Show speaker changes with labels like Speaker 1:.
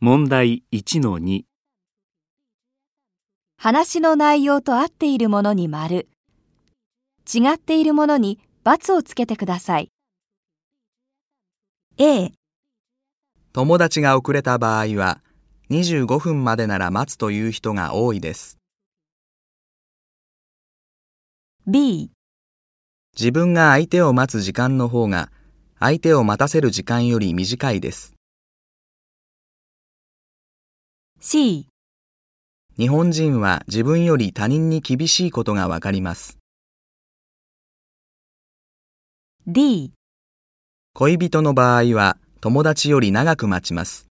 Speaker 1: 問題1の2、
Speaker 2: 話の内容と合っているものに丸、違っているものに×をつけてください。A、
Speaker 3: 友達が遅れた場合は、25分までなら待つという人が多いです。
Speaker 2: B、
Speaker 3: 自分が相手を待つ時間の方が、相手を待たせる時間より短いです。
Speaker 2: C、
Speaker 3: 日本人は自分より他人に厳しいことがわかります。
Speaker 2: D。
Speaker 3: 恋人の場合は、友達より長く待ちます。